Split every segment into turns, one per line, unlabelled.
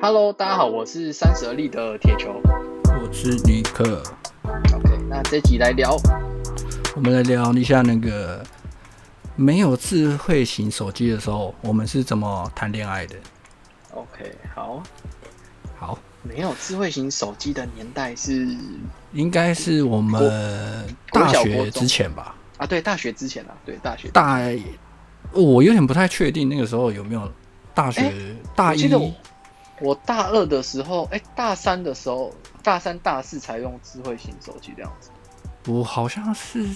Hello，大家好，我是三十而立的铁球。
我是尼克，
OK，那这集来聊
我们来聊一下那个没有智慧型手机的时候，我们是怎么谈恋爱的。
OK，好，
好，
没有智慧型手机的年代是
应该是我们
国
大
小国
学
中
之前吧，
啊，对，大学之前啊，对，大学，
大我有点不太确定那个时候有没有大学、
哎
大
我记
一
得我我大二的时候，哎、大三的时候，大三大四才用智慧型手机这样子。
我，好像是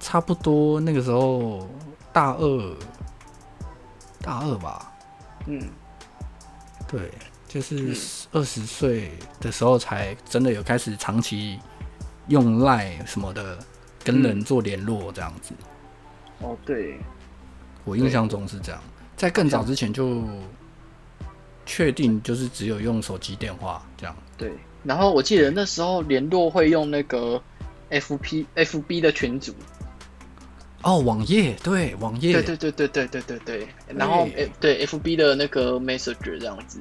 差不多那个时候大二大二吧，
嗯，
对，就是
嗯
二十岁的时候才真的有开始长期用赖什么的跟人做联络这样子。
哦，对，嗯
我印象中是这样，在更早之前就确定就是只有用手机电话这样。
对，然后我记得那时候联络会用那个 FP FB 的群组，
哦，网页对网页，
对对对对对对对对，然后
对
诶对 FB 的那个 Messenger 这样子，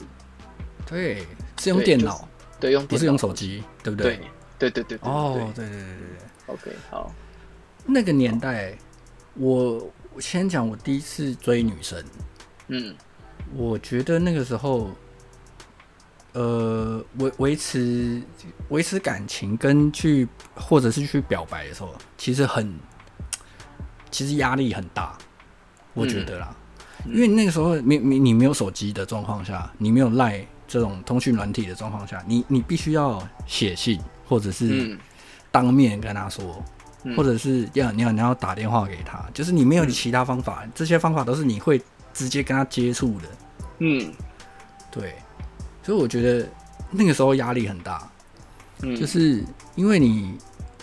对是用
对
电
就是
脑，
对，用
不
电
是用
脑
手机，对不
对？对对对对
哦，
对
对对对对对。
对，OK，好，
那个年代，我我先讲我第一次追女生。
嗯
我觉得那个时候，呃，维维持维持感情跟去或者是去表白的时候，其实很，其实压力很大，我觉得啦，
嗯
因为那个时候没没你没有手机的状况下，你没有赖这种通讯软体的状况下，你你必须要写信或者是
嗯
当面跟他说。
嗯
或者是要你要你要打电话给他，就是你没有其他方法，这些方法都是你会直接跟他接触的，
嗯
对，所以我觉得那个时候压力很大，
嗯，
就是因为你，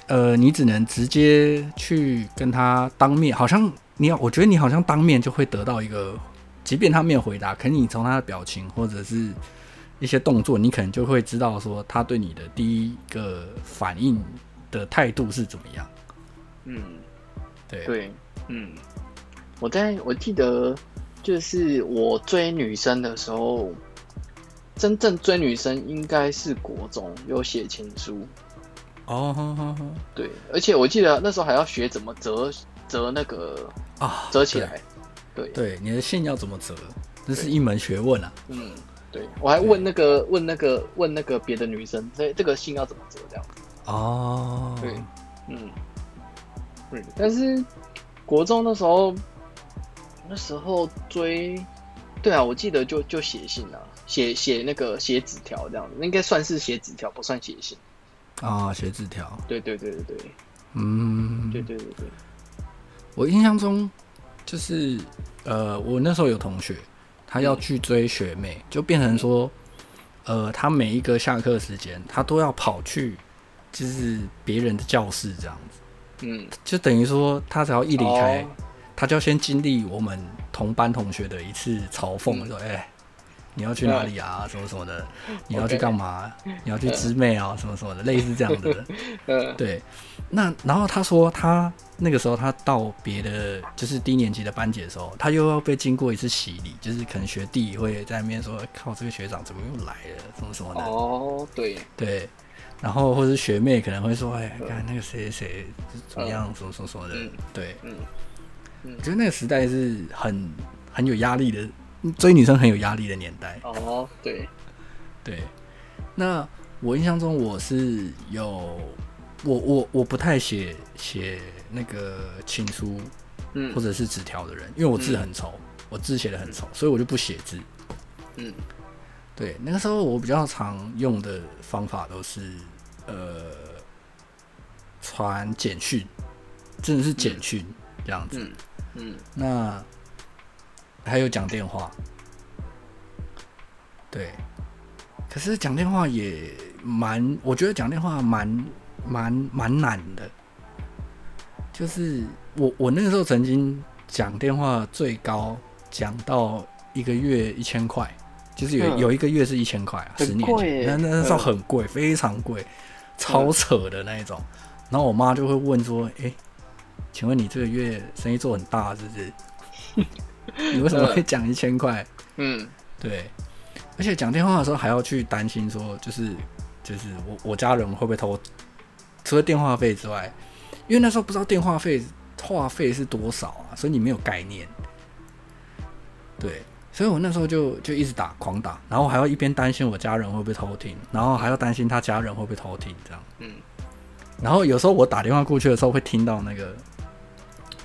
呃，你只能直接去跟他当面，好像你要，我觉得你好像当面就会得到一个，即便他没有回答，可是你从他的表情或者是一些动作，你可能就会知道说他对你的第一个反应的态度是怎么样。
嗯
对，
对，嗯，我在我记得就是我追女生的时候，真正追女生应该是国中有写情书，
哦哼哼哼
对，而且我记得那时候还要学怎么折折那个
啊，
折起来，对，
对，对，你的线要怎么折，这是
对
一门学问啊。
嗯。对，我还问那个问那个问那个别的女生，这这个信要怎么折这样？
哦，
对，嗯，嗯，但是国中那时候，那时候追，对啊，我记得就就写信啊，写写那个写纸条这样子，那应该算是写纸条，不算写信。
啊，写字条，
对对对对对
嗯，
对对对对，
我印象中就是呃，我那时候有同学，他要去追学妹，
嗯
就变成说，呃，他每一个下课时间，他都要跑去就是别人的教室这样子，
嗯，
就等于说他只要一离开，
哦
他就要先经历我们同班同学的一次嘲
嗯
讽，说，哎、你要去哪里啊？什么什么的，你要去
OK
干嘛？你要去织妹啊？什么什么的，类似这样的。
呃，
对，那然后他说他那个时候他到别的就是低年级的班级的时候，他又要被经过一次洗礼，就是可能学弟会在那边说靠这个学长怎么又来了，什么什么的，
哦，对，
对，然后或者是学妹可能会说哎，看那个谁谁谁怎么样，什么什么什么的
嗯，
对，
嗯嗯
我觉得那个时代是很很有压力的，追女生很有压力的年代，
哦，对，
对，那我印象中我是有，我我我不太写写那个情书
嗯
或者是纸条的人，因为我字很丑，我字写的很丑，所以我就不写字。
嗯
对，那个时候我比较常用的方法都是呃传简讯，真的是简讯这样子。
嗯嗯，
那还有讲电话，对。可是讲电话也蛮，我觉得讲电话蛮蛮蛮难的。就是我我那个时候曾经讲电话最高讲到一个月一千块，就是有、
嗯
有一个月是一千块啊，
很
十年
贵耶嗯
前那那那时候很贵，非常贵，超扯的那一种。然后我妈就会问说：“诶，请问你这个月生意做很大是不是？你为什么会讲一千块？”
嗯
对，而且讲电话的时候还要去担心说，就是就是我我家人会不会偷？除了电话费之外，因为那时候不知道电话费话费是多少啊，所以你没有概念。对，所以我那时候就就一直打狂打，然后还要一边担心我家人会不会偷听，然后还要担心他家人会不会偷听这样。
嗯，
然后有时候我打电话过去的时候会听到那个，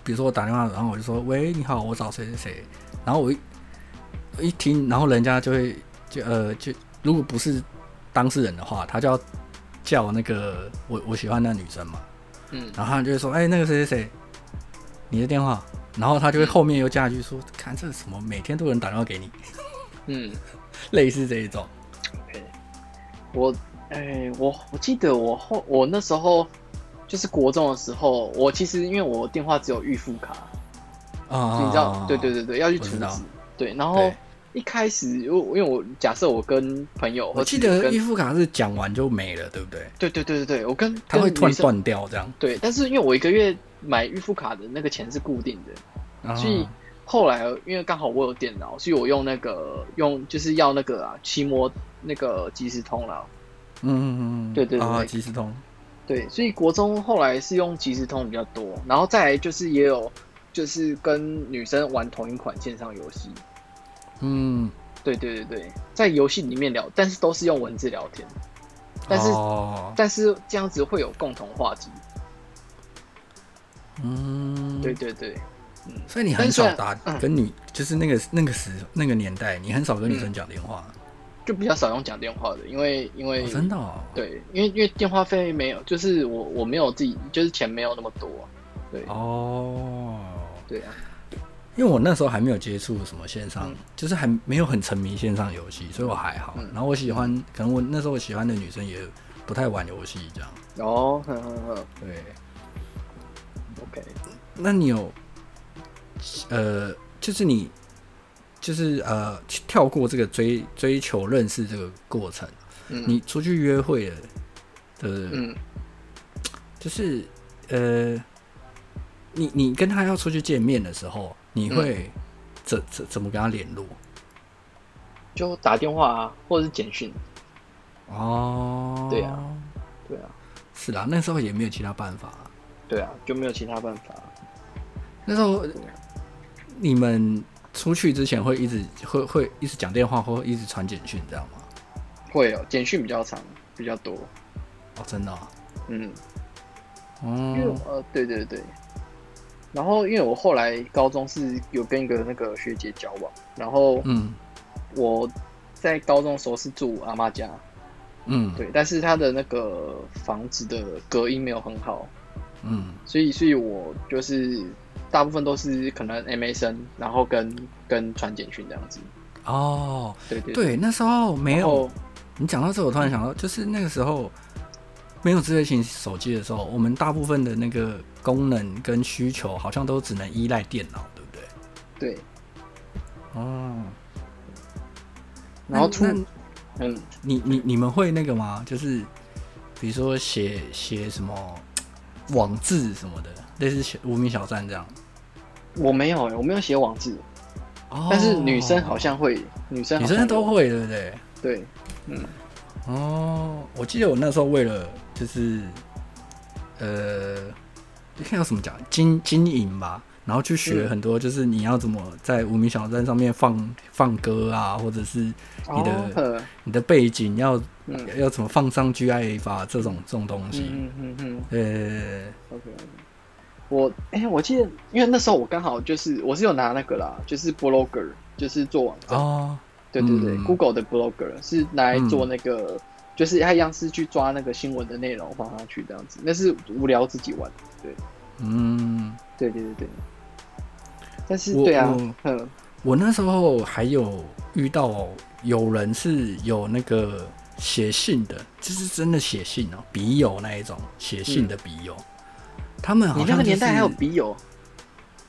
比如说我打电话，然后我就说：“喂，你好，我找谁谁谁。”然后我一我一听，然后人家就会就呃就如果不是当事人的话，他就要叫那个我我喜欢那女生嘛，
嗯，
然后他就会说：“哎、那个谁谁谁，你的电话。”然后他就会后面又加一句说：“看这是什么，每天都有人打电话给你，
嗯
类似这一种。
，OK，我哎、我我记得我后我那时候就是国中的时候，我其实因为我电话只有预付卡，”
啊，
你知道，对对对对，要去
我
储
知道
值，对，然后
对。
一开始，我因为我假设我跟朋友，
我记
或者
得
跟
预付卡是讲完就没了，对不对？
对对对对对，我跟
它会
跟
突然
女生
断掉这样。
对，但是因为我一个月买预付卡的那个钱是固定的，
啊
所以后来因为刚好我有电脑，所以我用那个用就是要那个啊，期末那个即时通啦。
嗯嗯嗯，
对对对
啊，
对
即时通，
对，所以国中后来是用即时通比较多，然后再来就是也有就是跟女生玩同一款线上游戏。
嗯，
对对对对，在游戏里面聊，但是都是用文字聊天，但是、
哦，
但是这样子会有共同话题。
嗯，
对，对对，
所以你
但
很
是
少打
嗯
跟女，就是那个那个时那个年代，你很少跟女生讲电话，
就比较少用讲电话的，因为因为、
哦真的哦，
对，因为因为电话费没有，就是我我没有自己，就是钱没有那么多，对、
哦，
对啊，
因为我那时候还没有接触什么线上
嗯，
就是还没有很沉迷线上游戏，所以我还好
嗯。
然后我喜欢，可能我那时候我喜欢的女生也不太玩游戏这样，
哦，呵呵呵
对。
，OK，
那你有，呃，就是你，就是呃，去跳过这个追追求认识这个过程，
嗯，
你出去约会的，的，
嗯
就是呃，你你跟他要出去见面的时候，你会怎怎、怎么跟他联络？
就打电话啊，或者是简讯，
哦，
对啊，对啊，
是啦，那时候也没有其他办法、
对啊，就没有其他办法。
那时候你们出去之前会一直会会一直讲电话，或一直传简讯，这样吗？
会哦，简讯比较长，比较多，
哦，真的、哦。
嗯，因为、
哦，
呃，对对对。然后，因为我后来高中是有跟一个那个学姐交往，然后
嗯
我在高中的时候是住阿妈家，
嗯，
对，但是她的那个房子的隔音没有很好，
嗯
所以，所以我就是大部分都是可能 MSN，然后跟跟传简讯这样子。
哦，
对对
对，那时候没
然
有
后。
你讲到这，我突然想到，就是那个时候没有智慧型手机的时候，我们大部分的那个功能跟需求好像都只能依赖电脑，对不对？
对，
哦，
然后出
那那
嗯，
你你你们会那个吗？就是比如说写写什么网志什么的，类似写无名小站这样。
我没有欸，我没有写网志，
哦
但是女生好像会，女生
女
好像
生都
有
会，对不对？
对，
哦，我记得我那时候为了就是，呃，你看要怎么讲经经营吧，然后去学
嗯
很多，就是你要怎么在无名小站上面放放歌啊，或者是你的
哦呵
你的背景要、
嗯
要怎么放上 GIF 啊这种这种东西。
嗯嗯嗯嗯
呃，
，OK。我哎、我记得，因为那时候我刚好就是我是有拿那个啦，就是 blogger，就是做网站，
哦，
对对对、
嗯
g o o g l e 的 blogger 是拿来做那个，就是它一样是去抓那个新闻的内容放上去这样子，那是无聊自己玩。
嗯，
对对对对。但是
我
对啊
我，
嗯
我那时候还有遇到有人是有那个写信的，就是真的写信哦、笔友那一种写信的笔友，他们好
你
像、
那个年代还有
笔，
笔友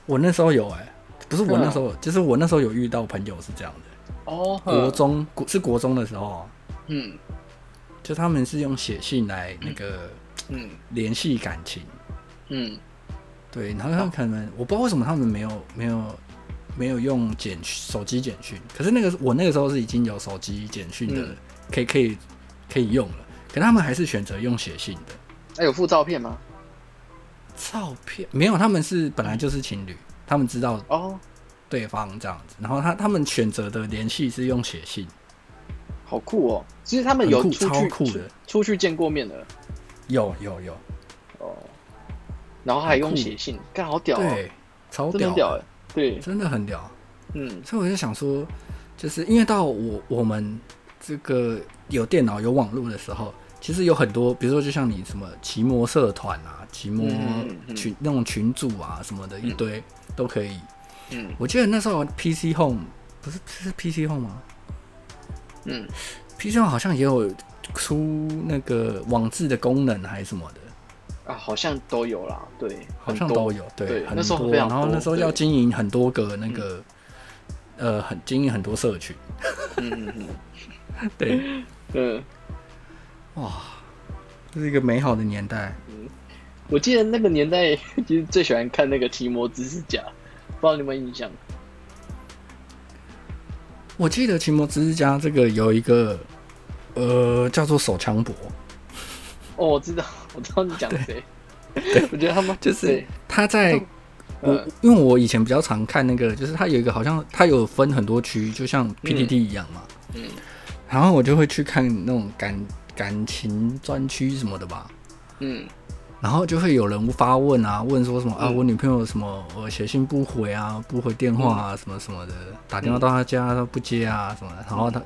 我那时候有哎、不是我那时候，就是我那时候有遇到朋友是这样的，
哦，
国中国是国中的时候，
嗯
就他们是用写信来那个
嗯
联系感情，
嗯
对，然后他们可能我不知道为什么他们没有没有没有用简手机简讯，可是那个我那个时候是已经有手机简讯的，
嗯
可以可以可以用了，可他们还是选择用写信的。
那、哎有附照片吗？
照片没有，他们是本来就是情侣，他们知道
哦，
对方这样子，然后他他们选择的联系是用写信，
好酷哦！其实他们有
很
出
酷
去
超酷
出
的
出去见过面的
有有有，
哦，然后还
很
用
酷
写信，干好屌、哦，
对，超
真的
屌欸
很
的，
屌哎！对，
真的很屌。
嗯
所以我就想说，就是因为到我我们这个有电脑有网络的时候，其实有很多，比如说就像你什么奇摩社团啊、奇摩
嗯嗯嗯
群、那种群组啊什么的，一堆、都可以。
嗯
我记得那时候 PC Home 不是是 PC Home 吗
嗯，
？PC Home 好像也有出那个网志的功能还是什么的，
啊，好像都有啦，对，
好
很
像
多
都有，对，
对
很
那时候
多
非常
然后
多
那时候
对
要经营很多个那个，呃，很经营很多社群，
嗯嗯嗯
对。
嗯，
哇，这是一个美好的年代。
我记得那个年代其实最喜欢看那个提摩知识家，不知道你有没有印象？
我记得《奇摩知识家》这个有一个，呃，叫做手枪博，
哦，我知道，我知道你讲谁，我觉得他们
就是
对
他在我
呃，
因为我以前比较常看那个，就是他有一个好像他有分很多区，就像 PTT 一样嘛。
嗯
然后我就会去看那种感感情专区什么的吧。
嗯
然后就会有人发问啊，问说什么啊，
嗯
我女朋友什么，我写信不回啊，不回电话啊，什么什么的，打电话到她家她不接啊，什么的。然后他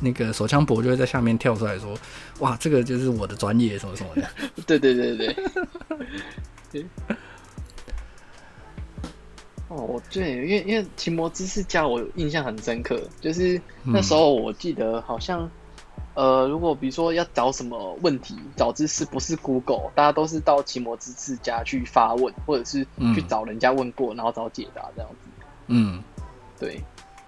那个手枪伯就会在下面跳出来说，哇，这个就是我的专业，什么什么的。
对对对对对。 哦，对，因为因为奇摩知识家我印象很深刻，就是那时候我记得好像，呃，如果比如说要找什么问题，找知识不是 Google，大家都是到奇摩知识家去发问，或者是去
嗯
找人家问过，然后找解答这样子。
嗯，
对，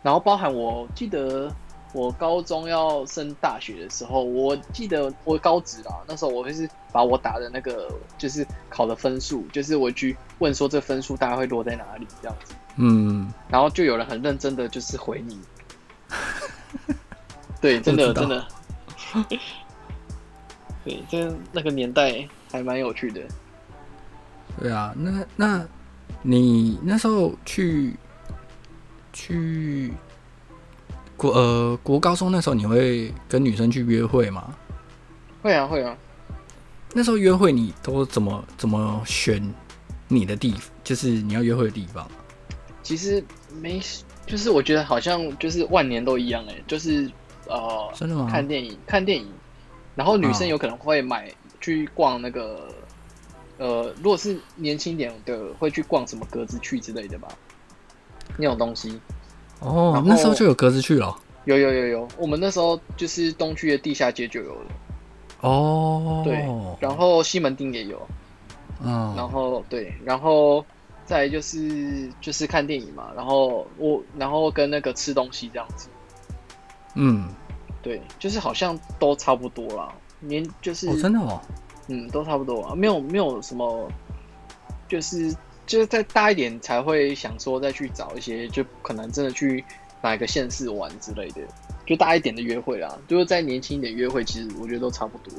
然后包含我记得我高中要升大学的时候，我记得我高职啦，那时候我就是把我打的那个就是考的分数，就是我去问说这分数大概会落在哪里这样子，
嗯，
然后就有人很认真的就是回 你，对，真
我
的
知道
真的，对，这那个年代还蛮有趣的。
对啊，那那你那时候去去国呃国高中那时候，你会跟女生去约会吗？
会啊会啊，
那时候约会你都怎么怎么选你的地，就是你要约会的地方？
其实没，就是我觉得好像就是万年都一样哎、就是呃
真的吗？
看电影，看电影，然后女生
啊
有可能会买、去逛那个，呃，如果是年轻点的，会去逛什么格子去之类的吧，那种东西。
哦
然后，
那时候就有格子去了。
有有有有，我们那时候就是东区的地下街就有了，
哦，
对然后西门町也有，然
嗯，
后对，然后再来就是就是看电影嘛，然后我然后跟那个吃东西这样子，
嗯，
对，就是好像都差不多啦，年就是、
哦，真的哦，
嗯，都差不多啊，没有没有什么，就是就是再大一点才会想说再去找一些，就可能真的去哪个县市玩之类的，就大一点的约会啦，就是再年轻一点约会，其实我觉得都差不多。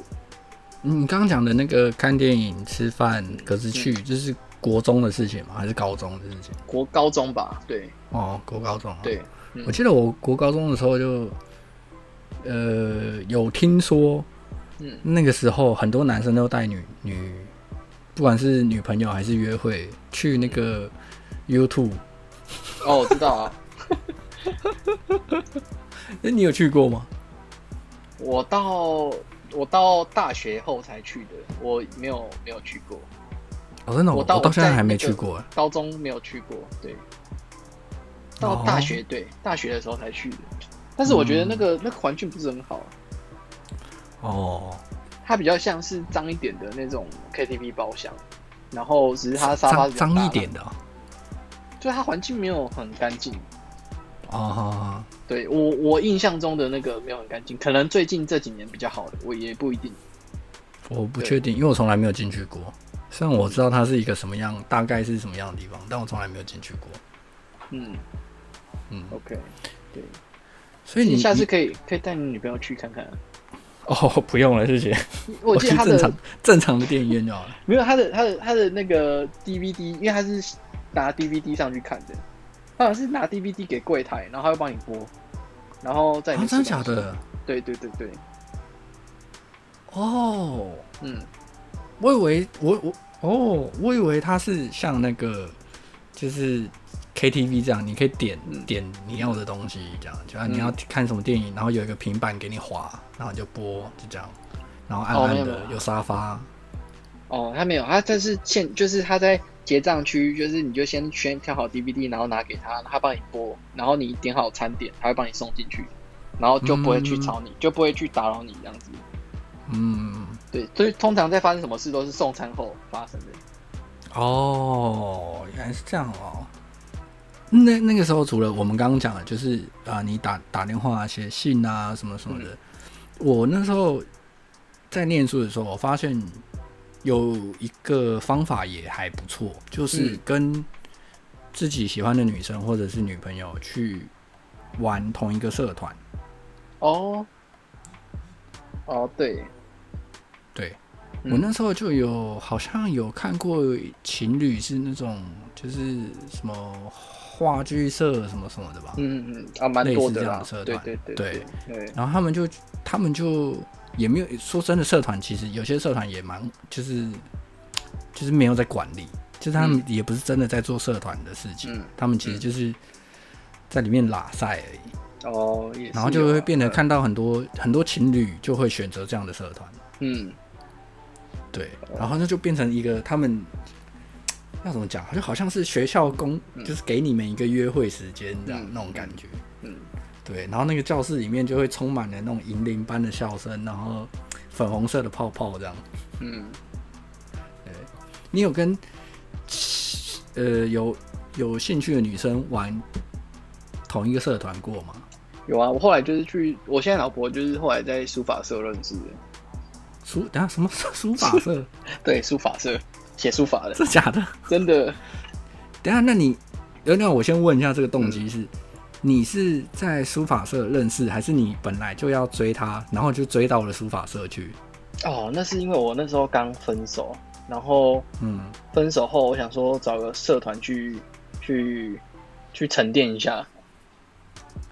你刚刚讲的那个看电影、吃饭、格子去，
嗯
这是国中的事情吗？还是高中的事情？
国高中吧，对
哦，国高中啊。
对，嗯
我记得我国高中的时候就，呃，有听说
嗯
那个时候很多男生都带女女，不管是女朋友还是约会，去那个 YouTube，
哦，我知道啊，
哎、你有去过吗？
我到我到大学后才去的，我没有没有去过，
哦，真的哦，
我
我
到
到现在还没
我在那
去
个
过。哎
高中没有去过，对，到大学、对大学的时候才去的，但是我觉得那个、那个环境不是很好啊。
哦，
它比较像是脏一点的那种 KTV 包厢，然后只是它沙发
脏
比较大
脏一，点的哦，
就它环境没有很干净。
哦好好好
对我我印象中的那个没有很干净，可能最近这几年比较好了，我也不一定。
我不确定，因为我从来没有进去过。虽然我知道它是一个什么样，大概是什么样的地方，但我从来没有进去过。
嗯，
嗯，
OK，对，
所以你
下次
你
可以可以带你女朋友去看看啊。
哦，不用了，谢谢。
我记
去
得他
正常
的
正常的电影院就好了。
没有他的他的他的那个 DVD，因为他是拿 DVD 上去看的，他好像是拿 DVD 给柜台，然后他会帮你播，然后在
啊
你、，
真的假？的？
对对对对，
哦，
嗯，
我以为我我哦，我以为它是像那个就是 KTV 这样，你可以点
嗯
点你要的东西，这样就啊
嗯
你要看什么电影，然后有一个平板给你滑，然后你就播，就这样。然后暗
哦没
暗
有
的
没有
有沙发，
哦，他没有，他但是现就是他在结账区，就是你就先先挑好 DVD，然后拿给他，他帮你播，然后你点好餐点，他会帮你送进去，然后就不会去
嗯
吵你，就不会去打扰你这样子。
嗯，
对，所以通常在发生什么事都是送餐后发生的。
哦，原来是这样哦。那那个时候，除了我们刚刚讲的，就是啊、你打打电话、写信啊，什么什么的。我那时候在念书的时候，我发现有一个方法也还不错，就是
嗯
跟自己喜欢的女生或者是女朋友去玩同一个社团。
哦，哦，对，
对，
嗯
我那时候就有好像有看过情侣是那种就是什么话剧社什么什么的吧，
嗯嗯嗯，啊，蛮
类
多
似
的
这样
啦
的，社
对
团
对对
对
对，
然后他们就他们就也没有说真的，社团其实有些社团也蛮就是就是没有在管理，就是他们也不是真的在做社团的事情，
嗯
他们其实就是在里面拉赛而已，
哦，也是有啊，
然后就会变得
嗯，
看到很多、很多情侣就会选择这样的社团。
嗯，
对，然后那就变成一个他们要怎么讲，就好像是学校公，就是给你们一个约会时间这样、
嗯
那种感觉。
嗯，
对，然后那个教室里面就会充满了那种银铃般的笑声，然后粉红色的泡泡这样。
嗯，
你有跟呃有有兴趣的女生玩同一个社团过吗？
有啊，我后来就是去，我现在老婆就是后来在书法社认识的，
书等一下什么 书法社？
对，书法社写书法的，
这假的？
真的，
等一下，那你，呃，那我先问一下，这个动机是，你是在书法社认识，还是你本来就要追他，然后就追到了书法社去？
哦，那是因为我那时候刚分手，然后
嗯，
分手后我想说找个社团去去去沉淀一下，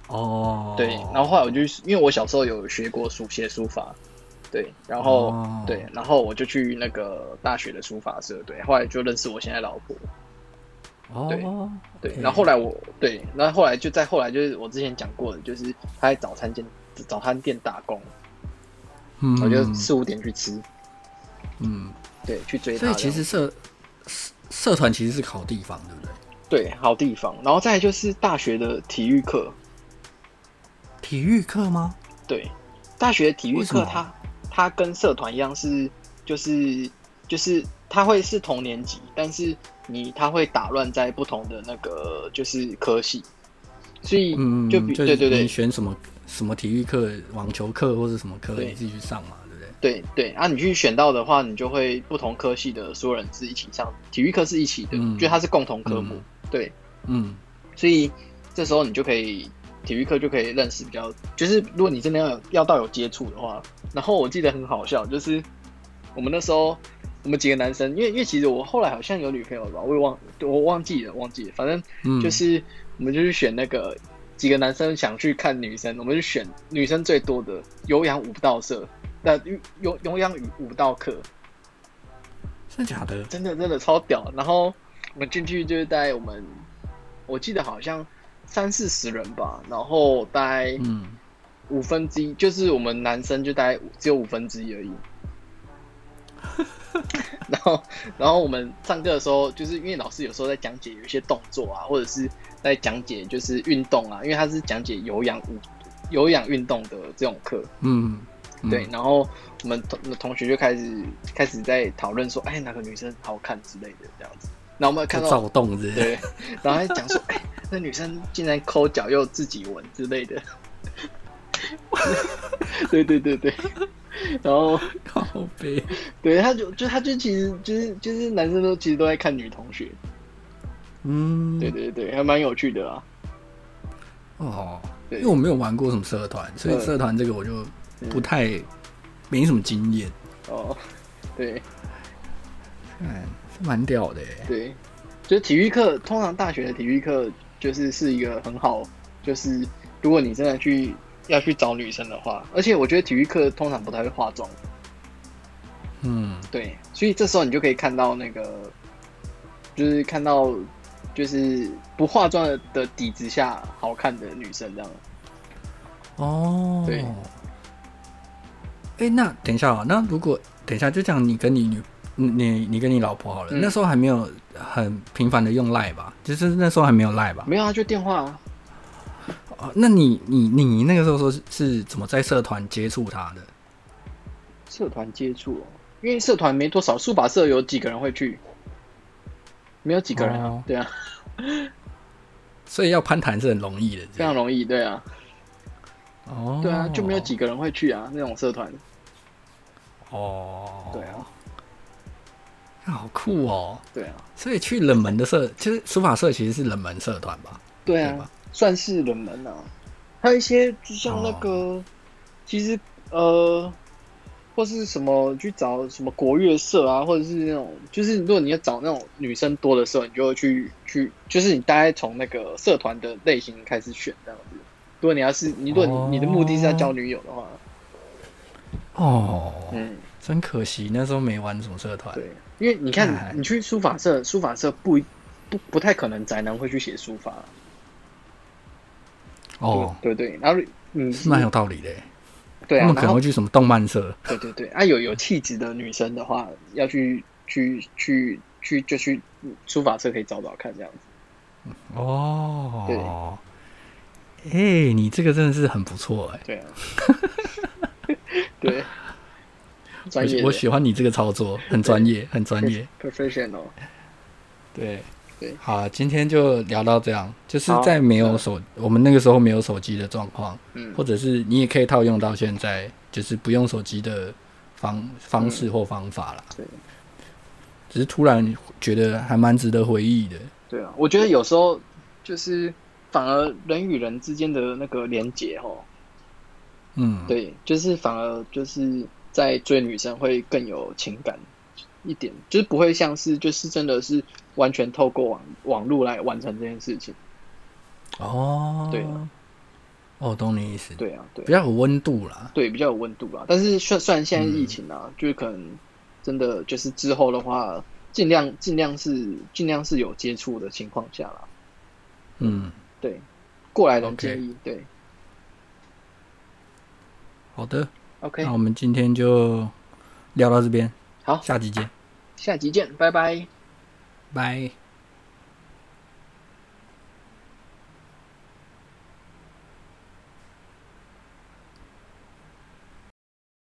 哦，
对，然后后来我就因为我小时候有学过书写书法，对，然后、
哦
对，然后我就去那个大学的书法社，对，后来就认识我现在老婆，对
哦，
对
OK
然后后来我对，然后后来就再后来就是我之前讲过的，就是他在早餐店早餐店打工，
嗯，
我就四五点去吃，
嗯，
对，去追他这
所以
样，
其实社社社团其实是好地方，对不对？
对好地方，然后再来就是大学的体育课，
体育课吗？
对，大学体育
为什么
课它它跟社团一样是就是就是它会是同年级，但是你它会打乱在不同的那个就是科系，所以
嗯，
就比、
是
对对
你
对
选什么什么体育课，网球课或者什么课，
对
你自己去上嘛，对不对？
对对啊，你去选到的话，你就会不同科系的所有人是一起上，体育课是一起的，
嗯
就它是共同科目，
嗯
对，
嗯，
所以这时候你就可以体育课就可以认识比较，就是如果你真的要有要到有接触的话，然后我记得很好笑，就是我们那时候我们几个男生，因为因为其实我后来好像有女朋友了吧，我也忘我忘记了忘记了，反正
嗯
就是我们就去选那个几个男生想去看女生，我们就选女生最多的有氧舞蹈社。那有有氧舞蹈课，
真的假的？
真的真的超屌。然后我们进去就是带我们，我记得好像三四十人吧，然后大概
嗯，
五分之一，就是我们男生就大概五只有五分之一而已。然后，然后我们上课的时候，就是因为老师有时候在讲解有一些动作啊，或者是在讲解就是运动啊，因为他是讲解有氧舞、有氧运动的这种课，
嗯，嗯
对，，然后我们同同学就开始开始在讨论说，哎，哪个女生好看之类的这样子。然后我们看
就
到
躁动之类的。
对，然后还讲说，哎，那女生竟然抠脚又自己闻之类的。对对对对，然后
靠背，
对他就就他就其实就是就是男生都其实都在看女同学，
嗯，
啊对对对，还蛮有趣的啦。
哦，
对
因为我没有玩过什么社团，所以
嗯
社团这个我就
嗯
不太没什么经验，
哦，对嗯
看是哎蛮屌的耶。
对，就是体育课，通常大学的体育课就是是一个很好，就是如果你真的去要去找女生的话，而且我觉得体育课通常不太会化妆，
嗯，
对，所以这时候你就可以看到那个，就是看到就是不化妆的的底子下好看的女生这样。
哦，
对。
哎、那等一下啊，那如果等一下就讲你跟你女，你你你跟你老婆好了，
嗯
那时候还没有很频繁的用赖吧，就是那时候还没有赖吧。
没有啊，就电话啊。
哦，那你你你那个时候说是是怎么在社团接触他的？
社团接触、哦，因为社团没多少，数把社有几个人会去？没有几个人啊，
哦
对啊，
所以要攀谈是很容易的，这
非
样
常容易，对啊，
哦，
对啊，就没有几个人会去啊，那种社团，
哦，
对啊，
啊，好酷哦！
对啊，
所以去冷门的社，其实书法社其实是冷门社团吧？
对
对吧
啊，算是冷门啊。哦还有一些就像那个，其实呃，或是什么去找什么国乐社啊，或者是那种，就是如果你要找那种女生多的社，你就会去去，就是你大概从那个社团的类型开始选这样子。如果你要是你，如果
哦
你你的目的是要交女友的话，
哦，
嗯，
真可惜那时候没玩什么社团。
对，因为你看
哎
你去书法社，书法社不不不太可能宅男会去写书法，
哦，
对对对，然后嗯，
是蛮有道理的耶。
对
他
啊，
们可
然
能
后
会去什么动漫社？
对对对，啊，
嗯
有有气质的女生的话，要去去去去就去书法社可以找找看这样子。
哦，对，哎、你这个真的是很不错哎，
对啊， 对，专业
我
的
我喜欢你这个操作，很专业，很专业。
professional。
对
对
好啊，今天就聊到这样，就是
好
在没有手，我们那个时候没有手机的状况，
嗯
或者是你也可以套用到现在，就是不用手机的方方式或方法啦。
对
只是突然觉得还蛮值得回忆的。
对啊，我觉得有时候就是反而人与人之间的那个连结哦，
嗯，，
对，就是反而就是在追女生会更有情感一点，就是不会像是就是真的是完全透过网网络来完成这件事情。
哦，
对
哦，我懂你意思，，
对啊，对啊
比较有温度啦。
对，比较有温度啦。但是算算现在
嗯
疫情啊，就是可能真的就是之后的话，尽量尽量是尽量是有接触的情况下啦。
嗯，
对，过来人
OK
建议对
好的，
，OK，
那我们今天就聊到这边，
好，
下集见，
下集见，拜拜。
拜。